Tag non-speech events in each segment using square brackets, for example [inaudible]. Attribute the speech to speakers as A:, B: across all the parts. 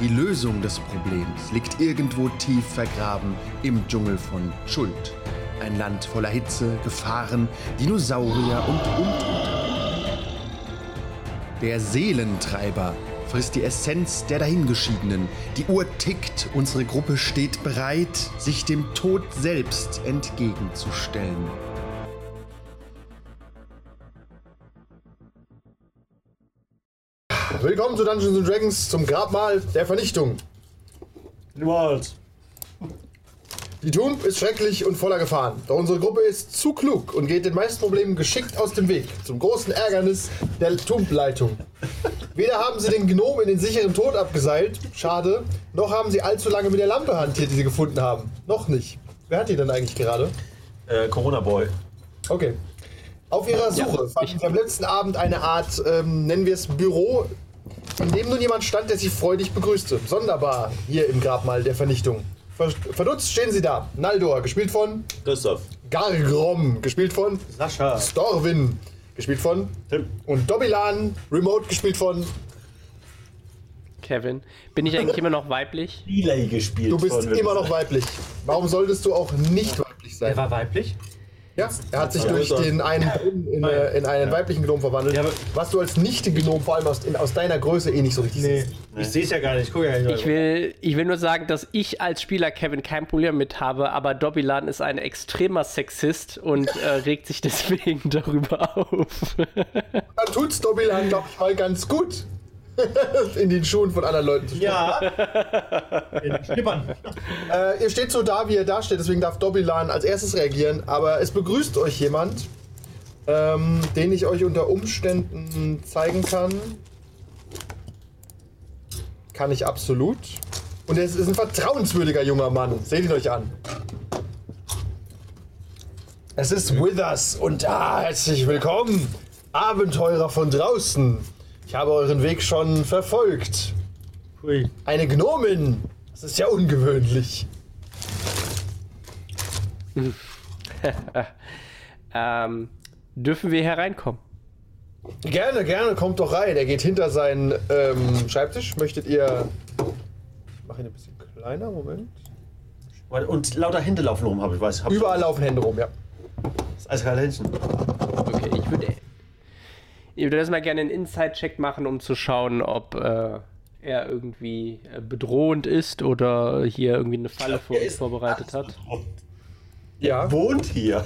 A: Die Lösung des Problems liegt irgendwo tief vergraben im Dschungel von Schuld. Ein Land voller Hitze, Gefahren, Dinosaurier und Untote. Der Seelentreiber frisst die Essenz der Dahingeschiedenen. Die Uhr tickt, unsere Gruppe steht bereit, sich dem Tod selbst entgegenzustellen.
B: Willkommen zu Dungeons and Dragons zum Grabmal der Vernichtung.
C: Niemals.
B: Die Tomb ist schrecklich und voller Gefahren. Doch unsere Gruppe ist zu klug und geht den meisten Problemen geschickt aus dem Weg. Zum großen Ärgernis der Tomb-Leitung. Weder haben sie den Gnom in den sicheren Tod abgeseilt, schade, noch haben sie allzu lange mit der Lampe hantiert, die sie gefunden haben. Noch nicht. Wer hat die denn eigentlich gerade?
D: Äh, Corona Boy.
B: Okay. Auf ihrer Suche fanden sie am letzten Abend eine Art, ähm, nennen wir es Büro, in dem nun jemand stand, der sie freudig begrüßte. Sonderbar hier im Grabmal der Vernichtung. Ver verdutzt stehen sie da. Naldor, gespielt von
D: Christoph.
B: Gargrom, gespielt von
C: Sascha.
B: Storwin, gespielt von
D: Tim.
B: und Dobilan, remote gespielt von.
E: Kevin. Bin ich eigentlich immer noch weiblich?
D: Relay gespielt.
B: Du bist
D: von Vincent.
B: immer noch weiblich. Warum solltest du auch nicht weiblich sein?
C: war weiblich?
B: Ja, er hat sich
D: Ja,
B: durch
D: ist er.
B: den einen Brunnen in, äh, in einen weiblichen Gnom verwandelt.
C: Ja, aber-
B: was du als Nicht-Gnom vor allem aus, in, aus deiner Größe eh nicht so richtig
C: Nee.
B: siehst.
C: Ich sehe es ja gar nicht. Ich gucke ja nicht.
E: Ich will, ich will nur sagen, dass ich als Spieler Kevin kein Problem mit habe, aber Dobilan ist ein extremer Sexist und [laughs] äh, regt sich deswegen [laughs] darüber auf.
B: Dann tut's Dobilan, glaube ich, mal ganz gut. [laughs] in den Schuhen von anderen Leuten zu stehen.
C: Ja.
B: [laughs]
C: Schippern.
B: Äh, ihr steht so da, wie ihr da steht, deswegen darf Dobilan als erstes reagieren. Aber es begrüßt euch jemand, ähm, den ich euch unter Umständen zeigen kann. Kann ich absolut. Und es ist ein vertrauenswürdiger junger Mann. Seht ihn euch an. Es ist Withers und ah, herzlich willkommen, Abenteurer von draußen. Ich habe euren Weg schon verfolgt.
C: Hui.
B: Eine Gnomin. Das ist ja ungewöhnlich.
E: Ähm, dürfen wir hereinkommen?
B: Gerne, gerne, kommt doch rein. Er geht hinter seinen ähm, Schreibtisch. Möchtet ihr. Ich mach ihn ein bisschen kleiner, Moment.
D: Und lauter Hände laufen rum, habe ich weiß. Hab
B: Überall laufen Hände rum, ja.
D: Das eiskalte Händchen.
E: Okay, ich würde. Ich würde erstmal gerne einen Inside-Check machen, um zu schauen, ob äh, er irgendwie äh, bedrohend ist oder hier irgendwie eine Falle vor,
D: Er ist
E: vorbereitet hat. [laughs]
D: absolut-
B: Ja.
D: Wohnt hier.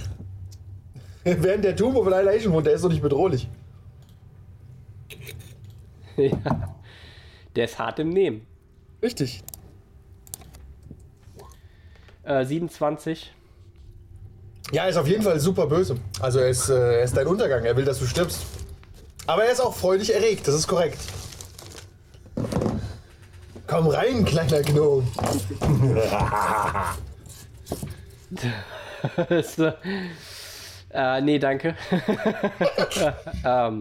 B: [laughs] Während der Tomb of Annihilation wohnt, eh der ist doch nicht bedrohlich.
E: ja. Der ist hart im Nehmen.
B: Richtig.
E: Äh, 27.
B: Ja, er ist auf jeden Fall super böse. Also, er ist, äh, er ist dein Untergang. Er will, dass du stirbst. Aber er ist auch freudig erregt, das ist korrekt. Komm rein, kleiner Gnome.
E: so. äh, nee, danke.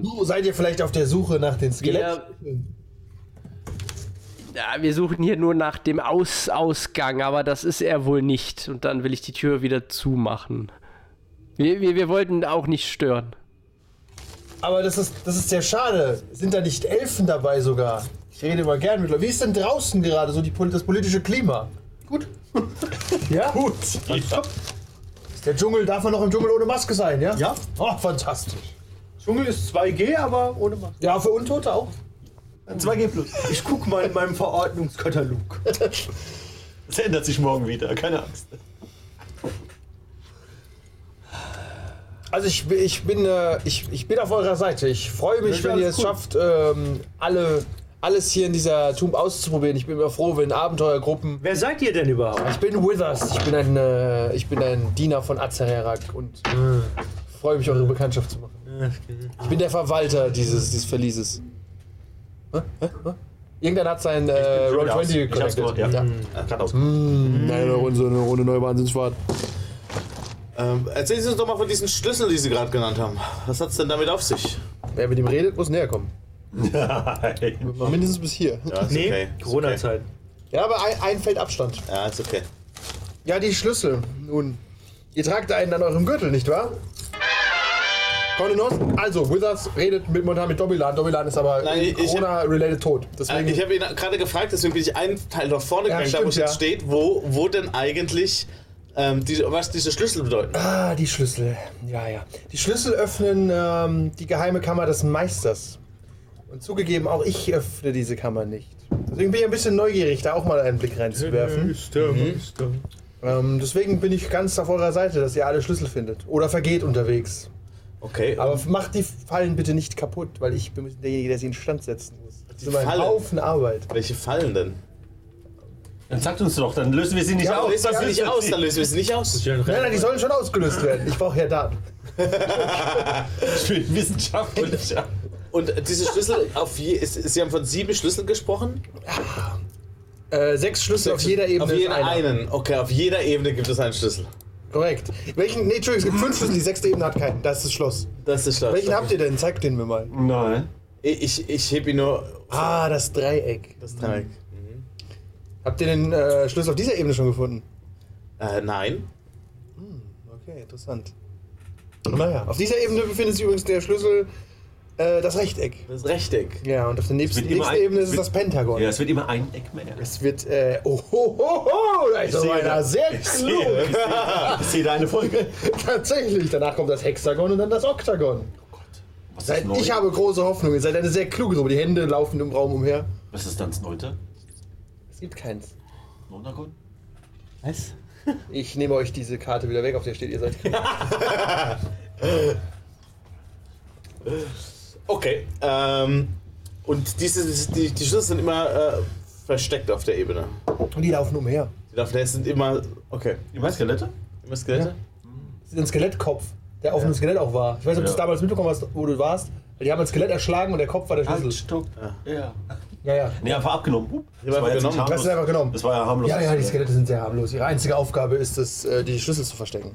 B: Du seid ihr vielleicht auf der Suche nach den Skeletten?
E: Ja, wir suchen hier nur nach dem Aus Ausgang, aber das ist er wohl nicht. Und dann will ich die Tür wieder zumachen. Wir, wir, wir wollten auch nicht stören.
B: Aber das ist, das ist sehr schade. Sind da nicht Elfen dabei sogar? Ich rede immer gern mit Leuten. Wie ist denn draußen gerade so die, pol- das politische Klima? Gut. [laughs] ja? Gut. Ist der Dschungel, darf man noch im Dschungel ohne Maske sein, ja?
C: Ja.
B: Oh, fantastisch.
C: Dschungel ist 2G, aber ohne Maske.
B: Ja, für Untote auch.
C: 2G plus. Ich guck mal in meinem
B: [laughs]
C: Verordnungskatalog.
D: Das ändert sich morgen wieder, keine Angst. [laughs]
B: Also ich, bi- ich, bin, äh, ich, ich bin auf eurer Seite. Ich freue mich,
C: Ja,
B: wenn ihr
C: alles
B: es
C: cool.
B: schafft, ähm, alle, alles hier in dieser Tomb auszuprobieren. Ich bin immer froh, wenn Abenteuergruppen
C: Wer seid ihr denn überhaupt?
B: Ich bin Withers, ich bin ein, äh, ich bin ein Diener von Azarerak und
C: Ah.
B: freue mich, eure Bekanntschaft zu machen. Ich bin der Verwalter dieses, dieses Verlieses. Irgendeiner hat sein äh,
D: Schon wieder aus.
B: Roll20
D: Ich hab's gehört, ja. Mhm.
B: geconnected. Ja.
D: ja.
B: Hm.
D: Gerade aus. Mhm.
B: Nein, noch so eine Runde Neuwahnsinnsfahrt.
F: Ähm, erzählen Sie uns doch mal von diesen Schlüsseln, die Sie gerade genannt haben. Was hat's denn damit auf sich?
B: Wer mit ihm redet, muss näher kommen.
D: Nein.
B: Mindestens bis hier.
F: Ja, ist
C: Nee,
F: okay. Ist
C: Corona-Zeit.
B: Ja, aber ein, ein Feld Abstand.
F: Okay. Ja, ist okay. Äh,
B: Ja, die Schlüssel. Nun, ihr tragt einen an eurem Gürtel, nicht wahr? Cornenos, also Withers redet mit momentan mit Domilan. Domilan ist aber
F: Nein, ich- ich-
B: Corona-related tot.
F: Äh,
B: Deswegen,
F: ich habe ihn gerade gefragt, deswegen bin ich einen Teil nach vorne
B: Ja,
F: gegangen, da wo
B: stimmt,
F: es jetzt
B: ja.
F: steht, wo, wo denn eigentlich ähm, die, was diese Schlüssel bedeuten.
B: ah, die Schlüssel. Ja, ja. Die Schlüssel öffnen ähm, die geheime Kammer des Meisters. Und zugegeben, auch ich öffne diese Kammer nicht. Deswegen bin ich ein bisschen neugierig, da auch mal einen Blick reinzuwerfen. Mhm. Ähm, deswegen bin ich ganz auf eurer Seite, dass ihr alle Schlüssel findet. Oder vergeht unterwegs.
F: Okay,
B: Aber macht die Fallen bitte nicht kaputt, weil ich bin derjenige, der sie instand setzen muss. Das ist
F: Die
B: immer ein
F: Fallen?
B: Haufen Arbeit.
F: welche fallen denn?
D: Dann sagt uns doch, dann lösen wir sie nicht
B: Ja,
F: Dann
D: auf.
F: lösen wir sie
B: ja.
F: nicht aus, dann lösen wir sie nicht aus.
B: Nein, nein, die sollen schon ausgelöst werden. Ich brauche ja Daten.
D: Ich bin wissenschaftlich.
F: Und äh, diese Schlüssel, auf je, ist, Sie haben von sieben Schlüsseln gesprochen?
B: Äh, sechs Schlüssel auf jeder Ebene.
F: Auf
B: ist
F: jeden
B: einer.
F: einen. Okay, auf jeder Ebene gibt es einen Schlüssel.
B: Korrekt. Welchen? Nee, Entschuldigung, es gibt fünf Schlüssel. Die sechste Ebene hat keinen. Das ist das Schloss.
F: Das ist klar.
B: Welchen habt ihr denn? Zeigt den mir mal.
D: Nein.
F: Ich, ich, ich heb ihn nur. Äh,
B: Ah, das Dreieck.
F: Das Dreieck.
B: Habt ihr den äh, Schlüssel auf dieser Ebene schon gefunden?
F: Äh, nein.
B: Okay, interessant. Naja, auf dieser Ebene befindet sich übrigens der Schlüssel, äh, das Rechteck.
F: Das Rechteck.
B: Ja, und auf der nächsten,
D: wird immer
B: nächsten
D: ein-
B: Ebene ist es
D: wird-
B: das Pentagon.
D: Ja, es wird immer ein Eck mehr.
B: Es wird, äh, oh, ho, ho, ho, da ist aber einer sehr
D: [laughs]
B: klug.
D: Ich sehe deine Folge.
B: [laughs] Tatsächlich, danach kommt das Hexagon und dann das Oktagon.
D: Was
B: Seid,
D: ist neu?
B: ich habe große Hoffnung, ihr seid eine sehr kluge Gruppe. Die Hände laufen im Raum umher.
D: Was ist dann das Neunte?
B: Es gibt keins.
D: Nonagon?
E: Was?
B: Ich nehme euch diese Karte wieder weg, auf der steht, ihr seid klug.
F: Okay. Ähm, und diese, die, die Schlüssel sind immer äh, versteckt auf der Ebene.
B: Und die laufen umher.
F: Die laufen jetzt sind immer. Okay.
D: Immer Skelette?
F: Immer Skelette?
B: Das ist ein Skelettkopf, der auf einem Skelett auch war. Ich weiß nicht, ob du es
D: Ja.
B: damals mitbekommen hast, wo du warst. Die haben ein Skelett erschlagen und der Kopf war der Schlüssel.
D: Stock. Ja.
B: Ja, ja.
D: Nee, einfach abgenommen. Hup.
F: Ich hab
D: war jetzt
F: abgenommen.
D: nicht
B: Hast du einfach genommen?
D: Das war ja harmlos.
B: Ja, ja, die Skelette sind sehr harmlos. Ihre einzige Aufgabe ist es, äh, die Schlüssel zu verstecken.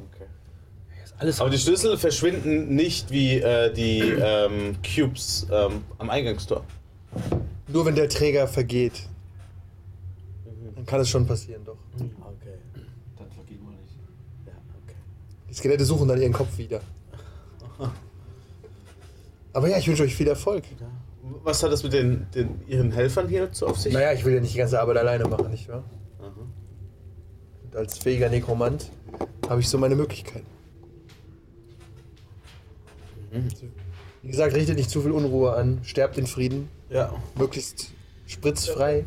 F: Aber die Schlüssel verschwinden nicht wie äh, die ähm, Cubes ähm, am Eingangstor.
B: Nur wenn der Träger vergeht, dann kann es schon passieren, doch.
F: Okay.
D: Das vergeht man nicht.
F: Ja, okay.
B: Die Skelette suchen dann ihren Kopf wieder. Aber ja, ich wünsche euch viel Erfolg.
F: Was hat das mit den, den ihren Helfern hier zu auf sich?
B: Naja, ich will ja nicht die ganze Arbeit alleine machen, nicht wahr? Und als fähiger Nekromant habe ich so meine Möglichkeiten. Wie gesagt, richtet nicht zu viel Unruhe an, sterbt in Frieden,
F: Ja.
B: möglichst spritzfrei.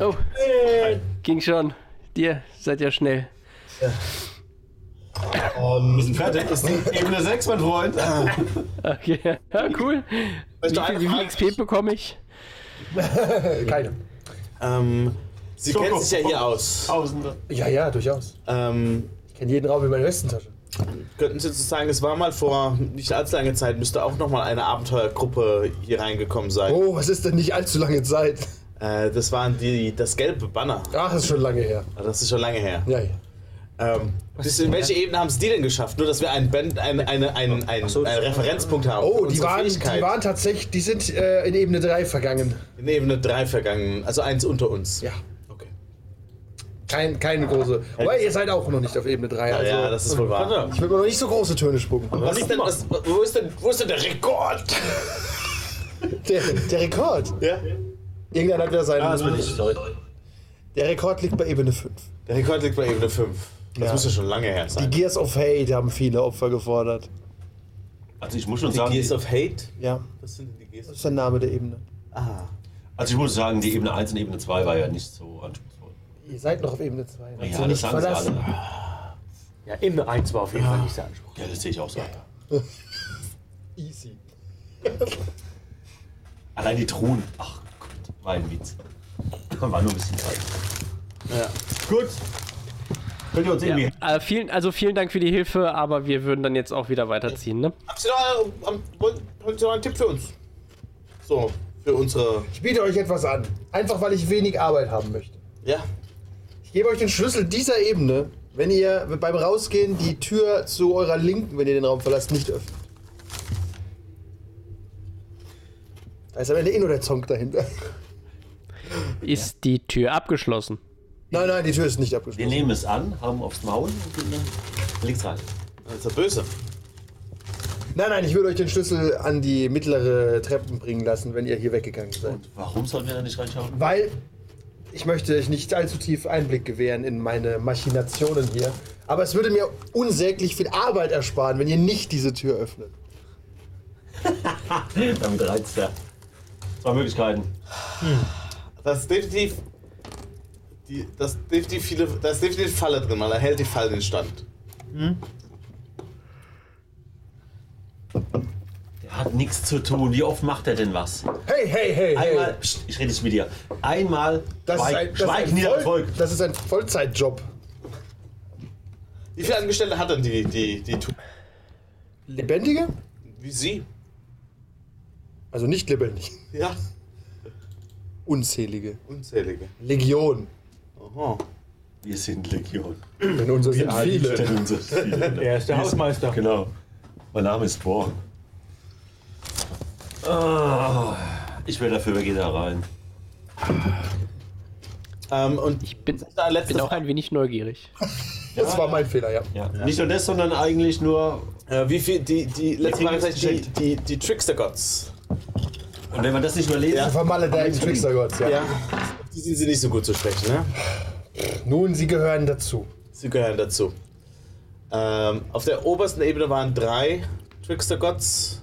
E: Oh, ging schon. Dir seid ja schnell.
D: wir sind fertig. Das ist [laughs] Ebene 6, mein Freund.
E: Okay, [laughs] ja, cool. Wie
F: Weißt du,
E: viel, wie viel
F: einfach-
E: XP bekomme
F: [laughs]
E: ich?
B: Äh, keine.
F: Ähm, sie
D: Schoko.
F: kennt sich ja hier aus.
D: Tausende.
B: Ja, ja, durchaus.
F: Ähm,
B: Ich kenne jeden Raum in meiner Westentasche.
F: könnten Sie jetzt sagen, es war mal vor nicht allzu langer Zeit, müsste auch nochmal eine Abenteuergruppe hier reingekommen sein.
B: Oh, was ist denn nicht allzu lange Zeit?
F: Äh, das waren die, das gelbe Banner.
B: Ach, ist schon lange her.
F: Aber Das ist schon lange her.
B: Ja, ja.
F: Ähm, bis in welche Ebene haben es die denn geschafft? Nur, dass wir einen, Band, einen, eine, einen, einen, einen Referenzpunkt haben. für
B: Oh, die
F: unsere
B: waren, die
F: Fähigkeit.
B: waren tatsächlich, die sind äh, in Ebene 3 vergangen.
F: in Ebene 3 vergangen. Also eins unter uns.
B: Ja.
F: Okay.
B: Kein, keine große. Aber ihr seid auch noch nicht auf Ebene 3. Also
F: ja, das ist wohl wahr.
B: Ich will mal noch nicht so große Töne spucken.
F: Was ist denn, was, wo, ist denn, wo ist denn der Rekord?
B: [laughs] Der, der Rekord.
F: Ja?
B: Irgendeiner hat wieder seinen.
D: Ah, das bin ich. Sorry.
B: der Rekord liegt bei Ebene 5.
F: Der Rekord liegt bei Ebene 5. Das
B: Ja.
F: muss ja schon lange her
B: Die
F: sein.
B: Gears of Hate haben viele Opfer gefordert.
D: Also ich muss schon sagen,
F: Gears of Hate?
B: Ja,
F: Was sind denn die Gears
B: das
F: of
B: ist der Name der Ebene.
F: Ah.
D: also ich muss sagen, die Ebene 1 und Ebene 2 war ja nicht so anspruchsvoll.
B: Ihr seid noch auf Ebene 2.
D: Ja, das sagen sie alle.
C: Ja, Ebene 1 war auf jeden Fall nicht der Anspruch.
D: Ja, das sehe ich auch so.
B: Easy.
D: Allein die Truhen. Ach Gott, war ein Witz. [laughs] War nur ein bisschen Zeit.
F: Ja.
D: Gut. Könnt ihr uns
E: Ja.
D: irgendwie.
E: Äh, vielen, also vielen Dank für die Hilfe, aber wir würden dann jetzt auch wieder weiterziehen, ne?
F: Habt ihr noch, ähm, wollt- habt ihr noch einen Tipp für uns? So, für unsere.
B: Ich biete euch etwas an. Einfach weil ich wenig Arbeit haben möchte.
F: Ja,
B: Ich gebe euch den Schlüssel dieser Ebene, wenn ihr beim Rausgehen die Tür zu eurer Linken, wenn ihr den Raum verlasst, nicht öffnet. Da ist am Ende eh nur der Zonk dahinter.
E: Ist die Tür abgeschlossen?
B: Nein, nein, die Tür ist nicht
D: Wir
B: abgeschlossen.
D: nehmen es an, haben aufs Maul und gehen dann links rein.
F: das ist ja böse.
B: Nein, nein, ich würde euch den Schlüssel an die mittlere Treppen bringen lassen, wenn ihr hier weggegangen seid.
D: Warum sollten wir da nicht reinschauen?
B: Weil ich möchte euch nicht allzu tief Einblick gewähren in meine Machinationen hier. Aber es würde mir unsäglich viel Arbeit ersparen, wenn ihr nicht diese Tür öffnet.
D: [laughs] Damit reizt er. Zwei Möglichkeiten.
F: Das ist definitiv. Die, das, ist definitiv viele, das ist definitiv Falle drin, man hält die Fallen in Stand.
D: Der hat nichts zu tun. Wie oft macht er denn was?
B: Hey, hey, hey, hey.
D: Einmal, Psst, ich rede nicht mit dir. Einmal,
B: das ist
D: schweig,
B: ein, das
D: schweig
B: ist ein
D: nieder,
B: Voll-
D: Volk.
B: Das ist ein Vollzeitjob.
F: Wie viele Angestellte hat denn die, die, die, Tu-
B: Lebendige?
F: Wie sie?
B: Also nicht lebendig.
F: Ja.
B: Unzählige.
F: Unzählige.
B: Legion.
F: Aha.
D: Wir sind Legion.
B: Denn unser sind
D: Alle
B: viele. [laughs]
D: stellen uns das Ziel.
C: Er ist der Hausmeister.
D: Genau. Mein Name ist Born. Ah, ich wäre dafür, wir gehen da rein.
F: Ähm, und ich
E: Ich bin,
F: da letzte
E: bin auch
F: Frage.
E: ein wenig neugierig.
B: Das war mein Fehler, ja.
D: Ja. Nicht nur das, sondern eigentlich nur.
F: Äh, wie viel, die, die letzte
D: kriegen
F: Frage ist
D: das
F: die, die, die Trickster-Gods.
D: Und wenn wir das nicht mehr lesen,
B: Der vermaledeiten Trickstergott, ja.
F: Ja. Auf Die sind sie nicht so gut zu sprechen, ne?
B: Nun, sie gehören dazu.
F: Sie gehören dazu. Ähm, auf der obersten Ebene waren drei Trickster-Gods.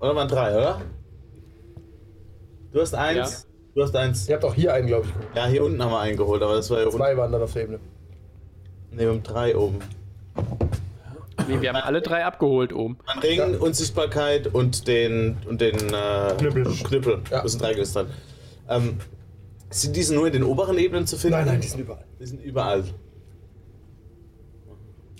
F: Oder waren drei, oder? Du hast eins. Du hast eins.
B: Ihr habt auch hier einen, glaube ich.
F: Ja, hier unten haben wir einen geholt, aber das war hier unten.
B: Zwei waren dann auf der Ebene.
F: Ne, wir haben drei oben.
E: Nee, wir haben alle drei abgeholt oben.
F: An Ring, Unsichtbarkeit und den, und den äh,
B: Knüppel.
F: Knüppel.
B: Ja.
F: Das sind drei Gewisse dran. Ähm, sind diese nur in den oberen Ebenen zu finden?
B: Nein, nein, die sind überall.
F: Die sind überall.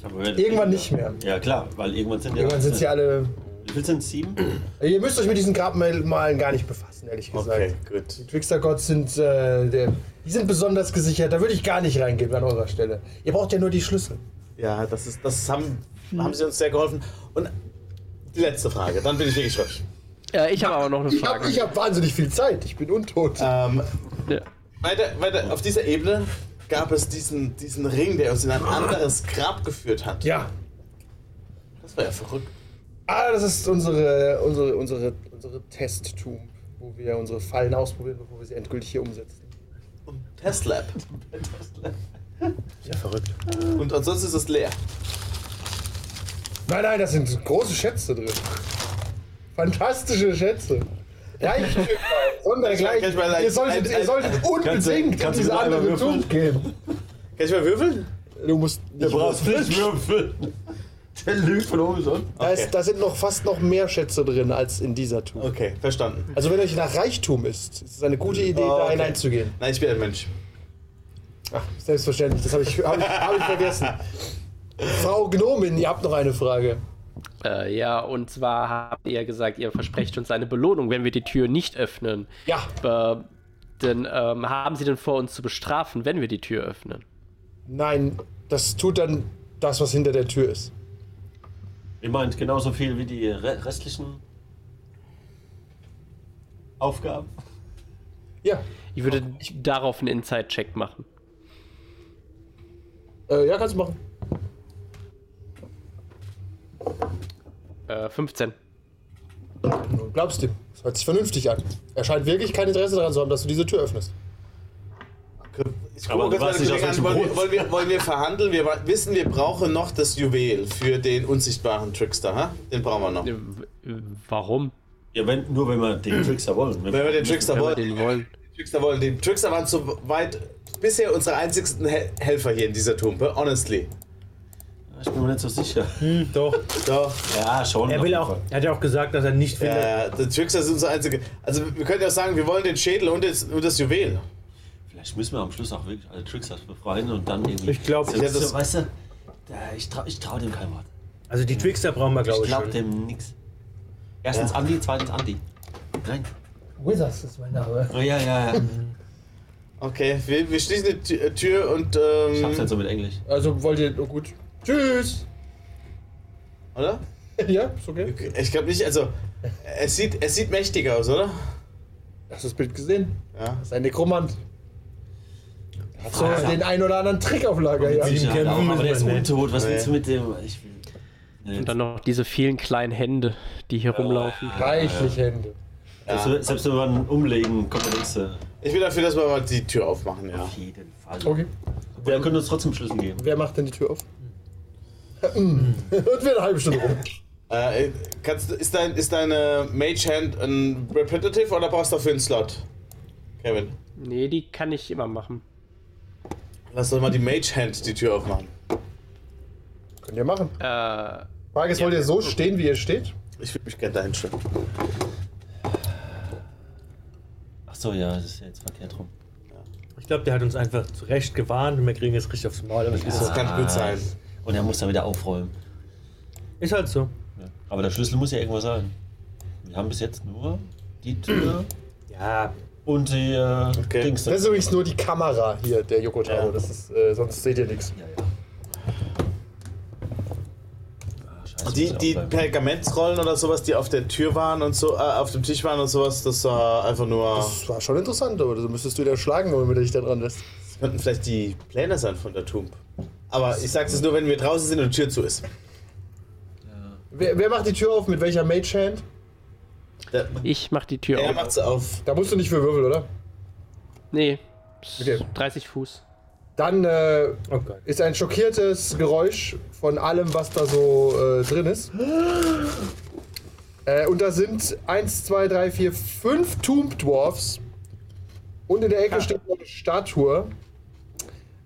D: Aber wir-
B: Irgendwann nicht mehr.
D: Ja, klar, weil irgendwann sind ja.
B: Irgendwann sind sie alle.
D: Wie viel sind es? Sieben?
B: Ihr müsst euch mit diesen Grabmalen gar nicht befassen, ehrlich gesagt.
F: Okay, gut.
B: Die Trickstergods sind, äh, der, die sind besonders gesichert. Da würde ich gar nicht reingehen an eurer Stelle. Ihr braucht ja nur die Schlüssel.
F: Ja, das ist, das haben, haben sie uns sehr geholfen. Und die letzte Frage, dann bin ich wirklich ruhig.
E: Äh, ich habe aber noch eine
B: Ich habe
E: Frage.
B: ich hab wahnsinnig viel Zeit. Ich bin untot.
D: Äh.
F: Ähm,
E: Ja.
F: weiter, weiter, auf dieser Ebene gab es diesen, diesen Ring, der uns in ein anderes Grab geführt hat.
B: Ja.
F: Das war ja verrückt.
B: Ah, das ist unsere, unsere, unsere, unsere Testtum, wo wir unsere Fallen ausprobieren, bevor wir sie endgültig hier umsetzen.
F: Und Testlab.
B: Ja, verrückt.
F: Und ansonsten ist es leer.
B: Nein, nein, das sind große Schätze drin. Fantastische Schätze. Reichtümer,
F: Kann ich mal
B: sondergleichen.
F: ein-
B: Ihr solltet,
F: ein-
B: ihr
F: ein-
B: solltet unbedingt
D: kannst du
B: in diese
D: nur einmal
B: andere
D: würfeln?
B: Tugend gehen.
F: Kann ich mal würfeln?
B: Du musst.
D: Du brauchst nicht würfeln. Der lügt von oben schon.
B: Da, ist, da sind noch fast noch mehr Schätze drin als in dieser Tugend.
F: Okay, verstanden.
B: Also wenn euch nach Reichtum ist, ist es eine gute Idee,
F: Oh,
B: da
F: okay.
B: hineinzugehen.
F: Nein, ich bin ein Mensch.
B: Ach, selbstverständlich, das habe ich, hab ich, hab ich vergessen. Frau Gnomin, ihr habt noch eine Frage.
E: Äh, ja, und zwar habt ihr gesagt, ihr versprecht uns eine Belohnung, wenn wir die Tür nicht öffnen.
B: Ja.
E: Äh, denn ähm, haben sie denn vor, uns zu bestrafen, wenn wir die Tür öffnen?
B: Nein, das tut dann das, was hinter der Tür ist.
D: Ihr meint genauso viel wie die re restlichen Aufgaben?
B: Ja.
E: Ich würde darauf einen Inside-Check machen.
B: Äh, ja, kannst du machen.
E: Äh, 15.
B: Du glaubst ihm. Das hört sich vernünftig an. Er scheint wirklich kein Interesse daran zu haben, dass du diese Tür öffnest.
F: Ich
D: Aber
F: gucke
D: du
F: kurz
D: weißt
F: meine
D: nicht, aus
F: Kollegen an.
D: welchem
F: Wollen, wir-
D: Grund.
F: wollen, wir, wollen wir verhandeln? Wir wa- wissen, wir brauchen noch das Juwel für den unsichtbaren Trickster. Ha? Den brauchen wir noch.
E: Äh,
F: Wenn
E: w- äh, warum?
D: Ja, wenn, nur wenn wir den Trickster wollen. Hm. Wenn,
F: wir den Trickster
E: Wenn wir
F: wollen.
E: den wollen.
F: Trickster wollen. Die Trickster waren zu weit bisher unsere einzigsten Hel Helfer hier in dieser Tumpe. Honestly.
D: Ich bin mir nicht so sicher.
C: Doch.
F: Doch.
D: Ja, schon.
C: Er
D: auf
C: will
D: jeden
C: auch,
D: Fall.
C: er hat ja auch gesagt, dass er nicht will.
F: Äh, die Trickster sind unsere einzige. Also wir können ja auch sagen, wir wollen den Schädel und das, und das Juwel.
D: Vielleicht müssen wir am Schluss auch wirklich alle Tricksters befreien und dann irgendwie.
C: Ich glaub, ich
D: Selbst-
F: hätte das-
D: Weißt du, da, ich traue ich trau dem kein Wort.
C: Also die Trickster brauchen wir,
D: Ich
C: glaube ich,
D: glaube
C: schon.
D: dem nix. Erstens Andi, zweitens Andi. Nein.
G: Wizards ist mein Name.
D: Oh, ja, ja, ja.
F: Okay, wir, wir schließen die Tü- äh, Tür und
D: Ich hab's
F: ähm,
D: halt so mit Englisch.
B: Also wollt ihr. Oh gut. Tschüss! [laughs]
F: oder?
B: Ja, ist okay.
F: Ich glaube nicht, also es sieht, es sieht mächtiger aus, oder?
B: Hast du das Bild gesehen?
F: Ja.
B: Das ist ein Nekromant. Hat so den einen oder anderen Trick auf Lager, ja.
D: Ja,
G: kämpfen
D: aber, aber
G: müssen
D: der ist
G: wir, ne?
D: untot, was
F: Nee.
D: willst du mit dem? Ich will. Nee.
E: Und dann noch diese vielen kleinen Hände, die hier rumlaufen.
B: Reichlich Hände.
D: selbst, wenn- selbst wenn wir einen umlegen, kommt der nächste.
F: Ich bin dafür, dass wir mal die Tür aufmachen, ja.
D: Auf jeden Fall.
B: Okay.
D: Wir können uns trotzdem Schlüssel geben.
B: Wer macht denn die Tür auf? [laughs] Und wir eine halbe Stunde rum.
F: Äh, kannst, ist, dein, ist deine Mage Hand ein Repetitive oder brauchst du dafür einen Slot? Kevin,
E: Nee, die kann ich immer machen.
F: lass doch mal die Mage Hand die Tür aufmachen.
B: Könnt ihr machen.
E: Äh,
B: Frage ist, wollt ihr so stehen, wie ihr steht?
F: Ich würde mich gerne dahin stellen.
D: Ach so, ja, das ist ja jetzt verkehrt rum.
G: Ich glaube, der hat uns einfach zurecht gewarnt und wir kriegen jetzt richtig aufs Maul. Aber es ist,
F: Das
G: so.
F: kann gut sein.
D: Und er muss dann wieder aufräumen.
G: ist halt so.
D: Ja. Aber der Schlüssel muss ja irgendwo sein. Wir haben bis jetzt nur die Tür
G: Ja,
D: und die äh,
F: Okay.
D: Dings.
B: Das ist übrigens nur die Kamera hier, der Yokotaro. Das ist, äh, sonst seht ihr nichts.
D: Ja, ja. Ah, scheiße, muss
F: Die,
D: ja
F: die
D: aufbleiben.
F: Pergamentsrollen oder sowas, die auf der Tür waren und so, äh, auf dem Tisch waren und sowas, das war einfach nur.
B: Das war schon interessant, aber das müsstest du wieder schlagen, damit er dich da dran lässt.
F: könnten vielleicht die Pläne sein von der Tomb. Aber ich sag's jetzt nur, wenn wir draußen sind und die Tür zu ist.
B: Wer, wer macht die Tür auf? Mit welcher Mage Hand?
F: Der,
E: ich mach die Tür
F: er
E: auf.
F: macht's auf.
B: Da musst du nicht für Würfel, oder?
E: Nee. s-
B: Okay.
E: 30 Fuß.
B: Dann äh,
G: okay.
B: ist ein schockiertes Geräusch von allem, was da so äh, drin ist. Äh, und da sind 1, 2, 3, 4, 5 Tomb Dwarfs. Und in der Ecke steht eine Statue,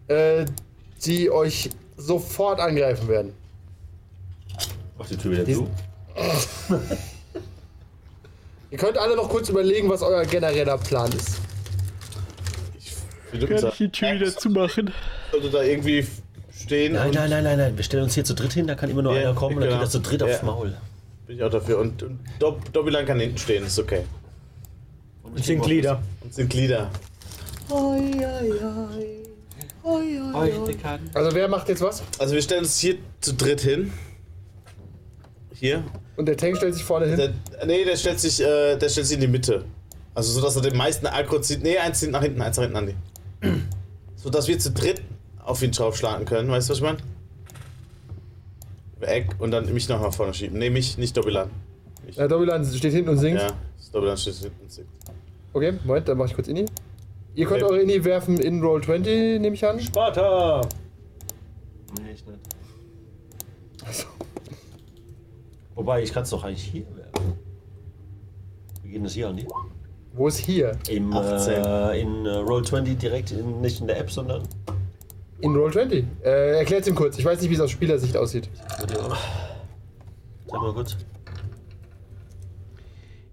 B: äh, die euch sofort angreifen werden.
D: Mach die Tür wieder zu.
B: Ihr könnt alle noch kurz überlegen, was euer genereller Plan ist.
F: Kann ich die Tür wieder zumachen? Sollte da irgendwie stehen.
D: Nein,
F: und
D: nein, nein, nein, nein. Wir stellen uns hier zu dritt hin, da kann immer nur
F: Ja,
D: einer kommen und
F: genau.
D: dann geht das zu dritt aufs
F: Ja.
D: Maul.
F: Bin ich auch dafür. Und, und Dob Dobbylan kann hinten stehen, ist okay.
G: Ich sind Glieder.
F: Und sind Glieder.
B: Also wer macht jetzt was?
F: Also wir stellen uns hier zu dritt hin. Hier.
B: Und der Tank stellt sich vorne hin.
F: Der, nee, der stellt sich, äh, der stellt sich in die Mitte. Also so, dass er den meisten Aggro zieht. Nee, eins zieht nach hinten, eins nach hinten an die. [clears throat] So dass wir zu dritt auf ihn draufschlagen können, weißt du was ich meine? Eck und dann mich nochmal vorne schieben. Nee, mich, nicht Dobilan.
B: Äh, Dobilan steht hinten und singt.
F: Ja, Dobilan steht hinten. zieht.
B: Okay, Moment, dann mache ich kurz Inni. Ihr könnt
F: Okay.
B: eure Inni werfen in Roll 20, nehme ich an.
G: Sparta!
D: Nee, ich nicht. Also. Wobei, ich kann es doch eigentlich hier werfen. Wir geben das hier an die.
B: Wo ist hier?
D: Im,
F: 18.
D: äh, in äh, Roll20 direkt, in, nicht in der App, sondern.
B: In Roll 20. Äh, erklärt's ihm kurz. Ich weiß nicht, wie es aus Spielersicht aussieht.
D: Warte, oh. Sag mal kurz.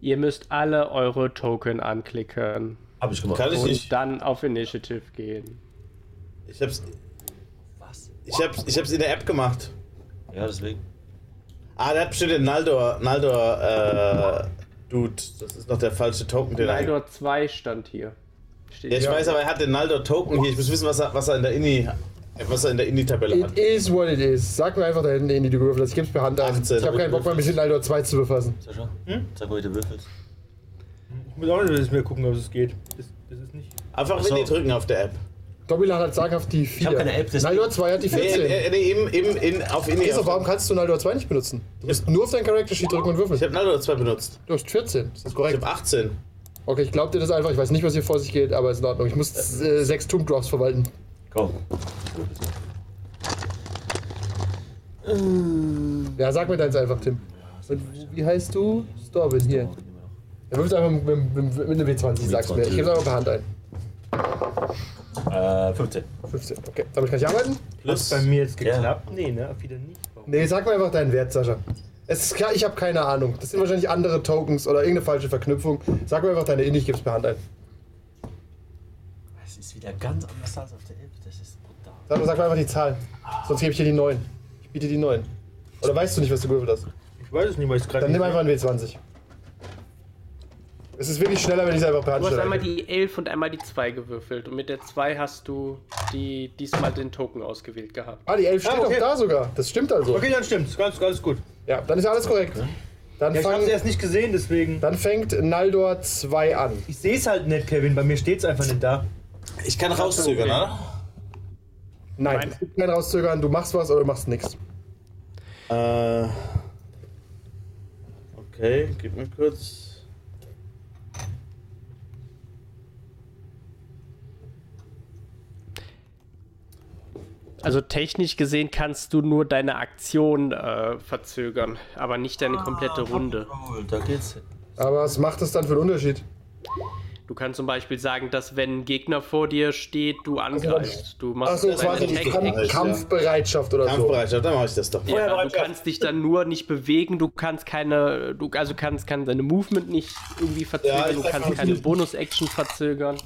E: Ihr müsst alle eure Token anklicken
D: Hab ich gemacht.
F: Kann ich
E: und
F: nicht.
E: dann auf Initiative gehen.
F: Ich hab's,
D: Was?
F: ich hab's, ich hab's in der App gemacht.
D: Ja, deswegen.
F: Ah, der hat bestimmt den Naldor, Naldor, äh, Dude. Das ist noch der falsche Token, den er-
E: Leider 2 stand hier. Steht
F: Ja, ich
E: hier.
F: weiß, aber er hat den Naldor Token hier. Ich muss wissen, was er, was er in der Inni, was er in der Inni-Tabelle hat.
B: It is what it is. Sag mir einfach da hinten, Inni, du gewürfelt hast. Ich geb's per Hand an.
F: 18.
B: Ich habe keinen Bock, mal ein bisschen Aldor 2 zu befassen.
D: Sascha? Sag mal, wie du würfelst.
G: Ich muss auch nicht mehr gucken, ob es geht. Das, das ist nicht.
F: Einfach
D: Ach so.
F: Winnie drücken auf der App.
B: Dobilan hat saghaft die 4.
D: hab keine App, deswegen-
B: Naldor 2 hat die
F: Nee, äh,
B: 14.
F: nee, nee eben, eben in, auf Inni.
B: Christoph, warum
F: auf,
B: kannst du Naldor 2 nicht benutzen? Du musst nur auf dein Character Sheet drücken und
F: ich
B: würfeln.
F: habe Naldor 2 benutzt.
B: Du hast 14. Ist das
F: Ich
B: korrekt?
F: habe 18.
B: Okay, ich glaub dir das einfach. Ich weiß nicht, was hier vor sich geht, aber ist in Ordnung. Ich muss äh, sechs Tomb Drops verwalten.
D: Komm.
B: Ja, sag mir deins einfach, Tim. Und wie heißt du? Storvin hier. Er wirft einfach mit, mit, mit, mit einem W20, sag's mir. Ich geb's einfach per Hand ein.
D: Äh, 15.
B: 15. Okay, damit kann ich arbeiten?
G: Hat's
F: Plus.
G: bei mir jetzt
D: Ja.
G: geklappt? Nee, ne? Wieder nicht. Warum?
B: Nee, sag mir einfach deinen Wert, Sascha. Es ist klar, ich habe keine Ahnung. Das sind wahrscheinlich andere Tokens oder irgendeine falsche Verknüpfung. Sag mir einfach deine Indie, ich geb's per Hand ein.
D: Das ist wieder ganz anders als auf der App. Das ist brutal.
B: Sag, mir- sag mir einfach die Zahl. Sonst gebe ich dir die 9. Ich biete die 9. Oder weißt du nicht, was du gewürfelt hast?
G: Ich weiß es nicht, weil ich es gerade
B: Dann nimm
G: nicht-
B: einfach einen W20. Es ist wirklich schneller, wenn ich es einfach per Hand
E: Du hast einmal
B: stelle.
E: die 11 und einmal die 2 gewürfelt. Und mit der 2 hast du die, diesmal den Token ausgewählt gehabt.
B: Ah, die 11 steht
G: Ah, okay.
B: auch da sogar. Das stimmt also.
G: Okay, dann stimmt's. Ganz, ganz gut.
B: Ja, dann ist alles korrekt. Dann,
G: Ja, ich hab's
B: fang,
G: erst nicht gesehen, deswegen.
B: dann fängt Naldor 2 an.
G: Ich seh's halt nicht, Kevin. Bei mir steht's einfach nicht da.
F: Ich kann rauszögern, oder?
B: Nein, es gibt kein Rauszögern. Du machst was oder du machst nichts.
F: Äh. Okay, gib mir kurz.
E: Also technisch gesehen kannst du nur deine Aktion äh, verzögern, aber nicht deine komplette Runde.
D: Roll, da geht's hin.
B: Aber was macht es dann für einen Unterschied?
E: Du kannst zum Beispiel sagen, dass wenn ein Gegner vor dir steht, du angreifst. Du machst
B: Achso,
E: deine
B: es war Also so eine
E: Attack-
B: Kampf Kampfbereitschaft oder so.
F: Kampfbereitschaft, dann mache ich das doch.
E: Ja, aber du kannst dich dann nur nicht bewegen, du kannst keine, du also kannst kann deine Movement nicht irgendwie
F: Ja,
E: verzögern,
F: ich
E: du
F: sag
E: kannst
F: mal,
E: keine Bonus-Action verzögern.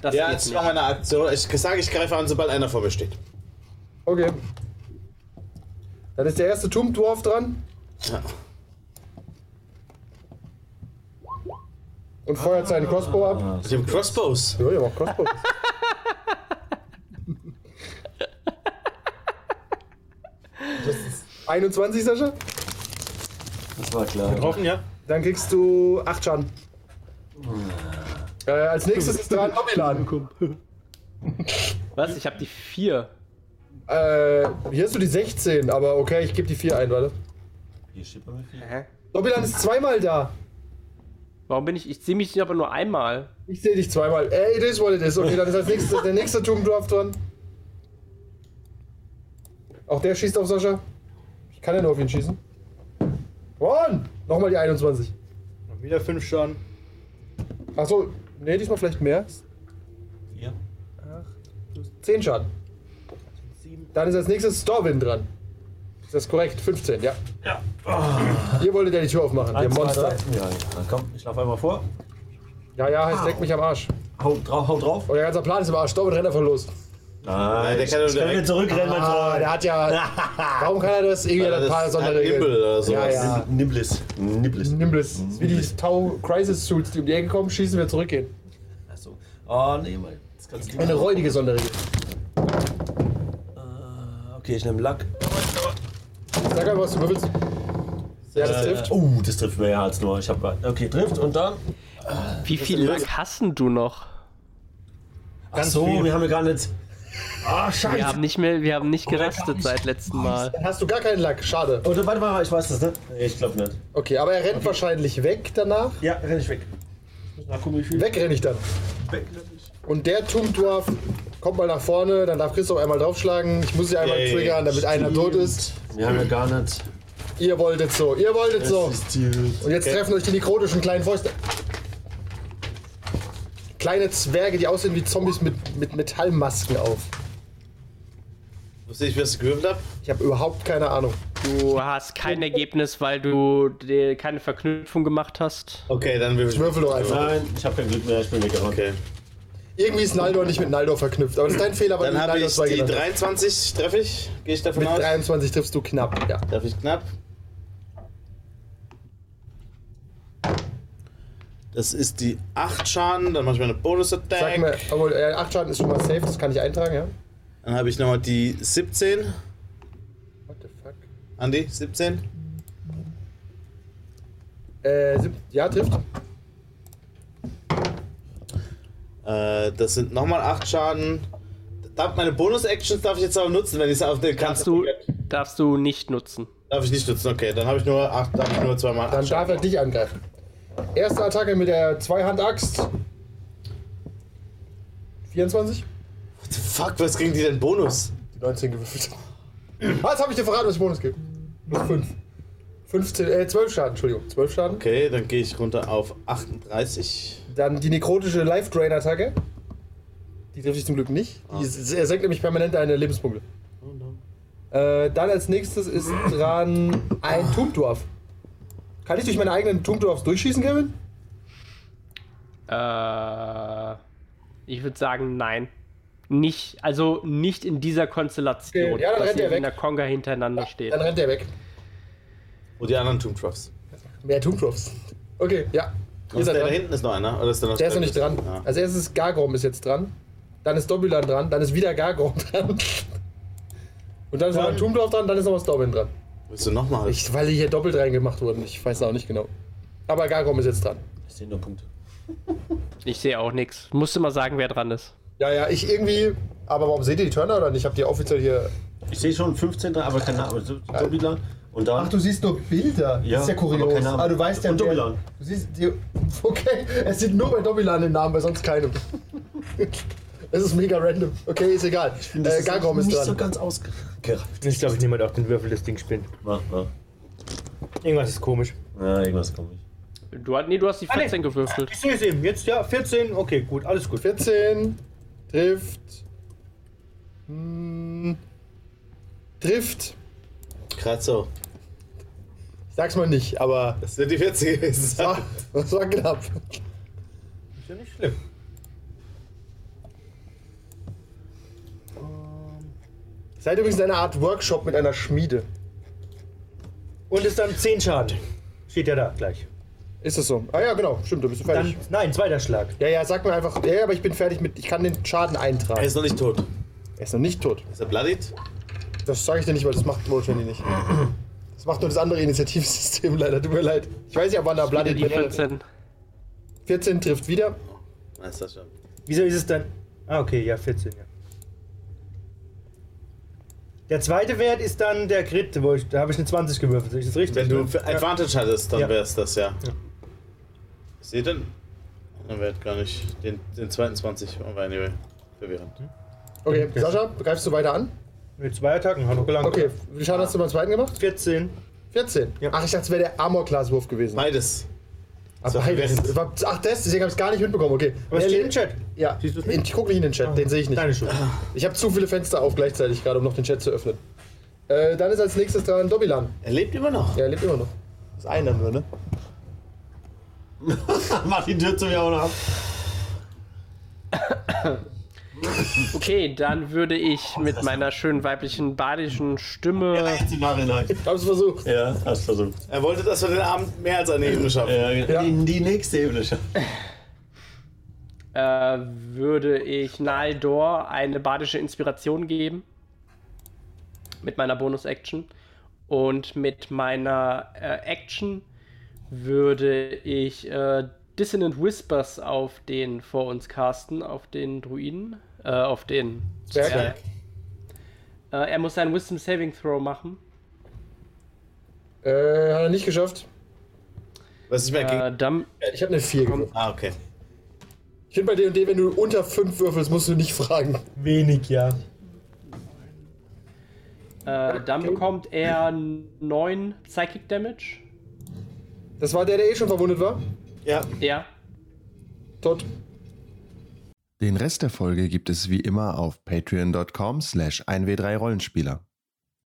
E: Das
F: Ja,
E: geht
F: jetzt war
E: nicht.
F: meine Aktion. Ich sage, ich greife an, sobald einer vor mir steht.
B: Okay. Dann ist der erste Tumdwarf dran
F: Ja.
B: und feuert seinen Crossbow ab.
F: Ich habe Crossbows.
B: Ja, der macht Crossbow. Das ist 21, Sascha?
D: Das war klar.
G: Getroffen, ja?
B: Dann kriegst du 8 Schaden. Äh, als nächstes ist dran Hobbyladen.
E: Was? Ich habe die vier.
B: Äh, hier hast du die 16, aber okay, ich gebe die 4 ein, warte.
D: Hier steht bei mir viel.
B: Hobbyladen ist zweimal da.
E: Warum bin ich? Ich sehe mich aber nur einmal.
B: Ich sehe dich zweimal. Ey, it is what it is. Okay, dann ist als nächstes der nächste Tumdwarf dran. Auch der schießt auf Sascha. Ich kann ja nur auf ihn schießen. One! Nochmal die 21.
G: Und wieder fünf Schaden.
B: Achso, nee, diesmal vielleicht mehr.
D: Hier.
B: 10 Schaden. Dann ist als nächstes Storwin dran. Ist das korrekt? 15, ja. Ja. Ihr wolltet ja die Tür aufmachen, ihr
D: Eins, zwei,
B: Monster.
D: drei. Ja, dann komm, ich lauf einmal vor.
B: Ja, ja, es leckt mich am Arsch.
D: Hau drauf, hau drauf.
B: Euer ganzer Plan ist im Arsch. Storwin rennt davon los.
D: Nein,
F: der kann nur
D: ich kann
F: direkt-
D: wieder zurückrennen.
B: Ah, der hat ja.
F: [laughs]
B: Warum kann er das? Irgendwie hat er ein paar
F: Das ist ein Nibbel
B: Sonderregeln.
F: oder
B: Ja,
F: sowas.
B: ja.
D: Nimblis. Nimblis.
B: Nimbus.
D: Mhm.
B: Das ist wie die Tau Crisis Suits, die um die Ecke kommen, schießen wir zurückgehen.
D: Achso. Oh, nee, mal. Das kannst du
B: Eine räudige Sonderregel.
D: Okay, ich nehme Lack.
B: Sag einfach, was du würfelst. Ja, das
D: Äh,
B: trifft.
D: oh, das trifft mehr als nur. Ich hab grad- Okay, trifft und dann.
E: Wie viel Lack hast denn du noch?
D: Ach so,
G: viel.
D: wir haben ja gar nicht. Ah,
E: Wir
D: scheiße.
E: haben nicht mehr, wir haben nicht gerastet seit letztem Mal.
B: Dann hast du gar keinen Lack, schade.
D: Oder Oh, warte mal, ich weiß das, ne? Nee, ich glaub nicht.
B: Okay, aber er rennt wahrscheinlich weg danach.
D: Ja, renn ich weg. Ich muss nachgucken, wie viel.
B: Weg renne ich dann.
D: Weg.
B: Und der Tumdwarf kommt mal nach vorne, dann darf Christoph einmal draufschlagen. Ich muss sie einmal
F: Ey,
B: triggern, damit einer tot ist.
D: Wir haben ja gar nicht.
B: Ihr wolltet so, ihr wolltet so.
D: Das ist die-
B: Und jetzt treffen euch die nekrotischen kleinen Fäuste. Kleine Zwerge, die aussehen wie Zombies mit, mit Metallmasken auf.
F: Wusste ich, was ich gewürfelt habe?
B: Ich habe überhaupt keine Ahnung.
E: Du hast kein Ergebnis, weil du dir keine Verknüpfung gemacht hast.
F: Okay, dann würfel ich.
B: Würfel doch einfach.
D: Nein, ich hab kein Glück mehr, ich bin weggerannt.
F: Okay.
B: Irgendwie ist Naldor nicht mit Naldor verknüpft, aber das ist dein Fehler, weil
F: Dann
B: du
F: habe
B: Naldor
F: ich
B: zwei
F: die
B: genannt hast.
F: 23, treffe ich? Gehe ich davon
B: Mit
F: aus?
B: 23 triffst du knapp, ja.
F: Darf ich knapp? Das ist die 8 Schaden, dann mache ich meine
B: Sag mir,
F: Bonus-Attack.
B: obwohl, äh, 8 Schaden ist schon mal safe, das kann ich eintragen, ja?
F: Dann habe ich nochmal die 17.
B: What the fuck?
F: Andi, 17.
B: Äh, sieb- ja, trifft.
F: Äh, das sind nochmal 8 Schaden. Darf, meine Bonus-Actions darf ich jetzt aber nutzen, wenn ich es auf den
E: Darfst du, darfst du nicht nutzen.
F: Darf ich nicht nutzen, okay. Dann habe ich nur 8, darf ich nur zweimal
B: Dann
F: acht
B: darf er
F: Schaden.
B: dich angreifen. Erste Attacke mit der Zweihand-Axt. 24?
F: Fuck, was kriegen die denn Bonus?
B: Die 19 gewürfelt. Was habe ich dir verraten, was ich Bonus gebe? Nur 5. 15, äh, 12 Schaden, Entschuldigung. 12 Schaden.
F: Okay, dann gehe ich runter auf 38.
B: Dann die nekrotische Life Drain Attacke. Die trifft ich zum Glück nicht.
F: Ah.
B: Die, s- er senkt nämlich permanent deine Lebenspunkte. Äh, dann als nächstes ist dran ein
F: Ah.
B: Tumdorf. Kann ich durch meine eigenen Tumdorfs durchschießen, Kevin?
E: Äh, ich würde sagen, nein. Nicht, also nicht in dieser Konstellation,
B: Okay, ja, dann
E: dass
B: rennt
E: ihr
B: er weg.
E: in der Konga hintereinander steht.
B: Dann rennt er weg.
F: Und die anderen Tomb Troughs.
B: Mehr Tumdorfs. Okay, ja. Ihr seid
F: Der da
B: dran.
F: hinten Ah. ist noch einer. Oder ist der noch
B: Der ist noch nicht dran.
F: Ja.
B: Als erstes Gargrom ist jetzt dran. Dann ist Dobulan dran. Dann ist wieder Gargrom [laughs] dran. Und dann ist noch ein Tumdorf dran. Dann ist noch was Dobbin dran.
F: Willst du nochmal?
B: Ich, weil die hier doppelt reingemacht wurden. Ich weiß auch nicht genau. Aber Gargrom ist jetzt dran.
D: Das sind nur Punkte.
E: Ich sehe auch nichts. Musste mal sagen, wer dran ist.
B: Ja, ja, ich irgendwie. Aber warum seht ihr die Turner oder nicht? Habt ihr offiziell hier.
D: Ich sehe schon 15 dran, aber kein Name. So, Dobilan. Und dann.
H: Ach, du siehst nur Bilder.
D: Ja,
H: das ist ja
D: aber
H: kurios.
D: kein Name.
H: Ah, du weißt ja,
D: Und
H: wer-
D: Dobilan.
H: Du siehst, die,
B: Okay, es sind nur bei Dobilan den Namen, bei sonst keinem. Es ist mega random. Okay, ist egal.
D: das
B: Äh, Gargrom ist
D: nicht
B: dran.
D: so ganz ausgereift.
G: Ich glaube, ich nehme halt auch den Würfel, das Ding spinnt.
D: Na, na.
G: Irgendwas ist komisch.
D: Ja, irgendwas komisch.
E: Du, hast- nee, du hast
B: Ah,
E: die 14 gewürfelt.
G: Ich sehe es eben. Jetzt, ja, 14. Okay, gut, alles gut.
B: 14 trifft. Hm, trifft.
F: Gerade so.
B: Ich sag's mal nicht, aber. [laughs]
F: Das wird die 40 gewesen.
B: Das war, das war knapp.
G: Ist ja nicht schlimm.
B: Seid übrigens in einer Art Workshop mit einer Schmiede.
G: Und ist dann 10 Schaden. Steht ja da gleich.
B: Ist es so? Ah ja, genau. Stimmt, du bist
G: Dann,
B: fertig.
G: nein, zweiter Schlag.
B: ja, ja, sag mir einfach. Ja, ja, aber ich bin fertig mit. Ich kann den Schaden
F: Er
B: eintragen.
F: ist noch nicht tot.
B: Er ist noch nicht tot.
F: Ist er bloodied?
B: Das sage ich dir nicht, weil das macht Roll20 nicht. Das macht nur das andere Initiativsystem [laughs] leider. Tut mir leid. Ich weiß nicht, ob wann da Blooded
E: Die
B: wäre.
E: 14.
B: 14 trifft wieder.
F: Nein, ist das schon.
G: Wieso ist es dann. Ah, okay, ja, 14, ja. Der zweite Wert ist dann der Crit, wo ich, da habe ich eine 20 gewürfelt. Ist das richtig?
F: Wenn du
G: ne?
F: für Advantage hattest, dann
G: Ja.
F: wär's das ja. Ich sehe den. Dann wär gar nicht. Den, den 22. Aber anyway. Verwirrend.
B: Okay, Sascha, greifst du weiter an?
G: Mit zwei Attacken, hat noch gelangt.
B: Okay, wie Schaden hast du beim zweiten gemacht?
G: 14.
B: 14.
G: Ja.
B: Ach, ich dachte, es wäre der Armor-Class-Wurf gewesen.
F: Beides.
B: Ah,
F: war
B: beides.
F: während-
B: Das war- Ach, das? Deswegen habe ich es gar nicht mitbekommen, okay.
G: Aber es
B: Wer
G: steht
B: le-
G: im Chat.
B: Ja,
G: Siehst du's nicht? Ah,
B: ich gucke nicht in den Chat, den sehe ich nicht.
G: Deine Schuld.
B: Ich habe zu viele Fenster auf gleichzeitig gerade, um noch den Chat zu öffnen. Äh, dann ist als nächstes dran Dobilan.
F: Er lebt immer noch.
B: Er lebt immer noch. Das eine nur,
F: [laughs]
B: ne?
D: Martin Dürze mir auch noch ab.
E: Okay, dann würde ich
B: Oh,
E: mit meiner schönen weiblichen badischen Stimme.
D: Jetzt im Nachhinein.
B: Hab's versucht.
D: Ja, hast versucht.
F: Er wollte, dass wir den Abend mehr als eine Ebene schaffen.
D: Ja, In die nächste Ebene schon.
E: äh, würde ich Naldor eine badische Inspiration geben. Mit meiner Bonus-Action. Und mit meiner äh, Action würde ich äh, Dissonant Whispers auf den vor uns casten, auf den Druiden, äh, auf den
B: Zwerg.
E: Zwerg. Äh, er muss seinen Wisdom Saving Throw machen.
B: Äh, hat er nicht geschafft.
F: Was ich mir gegen.
E: Äh, dann,
B: Ich habe eine 4 gewürfelt.
F: Ah, okay.
B: Ich finde bei D&D, wenn du unter 5 würfelst, musst du nicht fragen.
G: Wenig, ja.
E: äh, dann bekommt er 9 Psychic Damage.
B: Das war der, der eh schon verwundet war.
F: Ja.
E: Ja.
B: Tot.
A: Den Rest der Folge gibt es wie immer auf patreon.com slash 1w3rollenspieler.